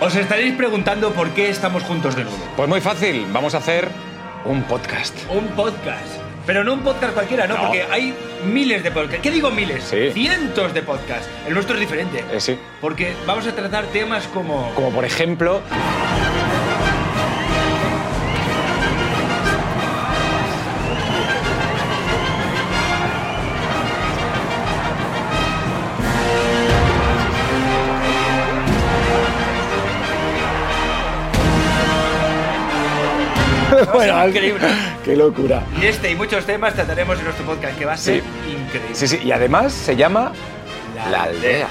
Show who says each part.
Speaker 1: Os estaréis preguntando por qué estamos juntos de nuevo.
Speaker 2: Pues muy fácil, vamos a hacer un podcast.
Speaker 1: Un podcast. Pero no un podcast cualquiera, ¿no?
Speaker 2: No.
Speaker 1: Porque hay miles de podcasts. ¿Qué digo miles?
Speaker 2: Sí.
Speaker 1: Cientos de podcasts. El nuestro es diferente.
Speaker 2: Eh, sí.
Speaker 1: Porque vamos a tratar temas como...
Speaker 2: Como por ejemplo,
Speaker 1: bueno, increíble.
Speaker 2: qué locura.
Speaker 1: Y este y muchos temas trataremos en nuestro podcast, que va a ser
Speaker 2: Sí.
Speaker 1: increíble.
Speaker 2: Sí, sí, y además se llama La Aldea.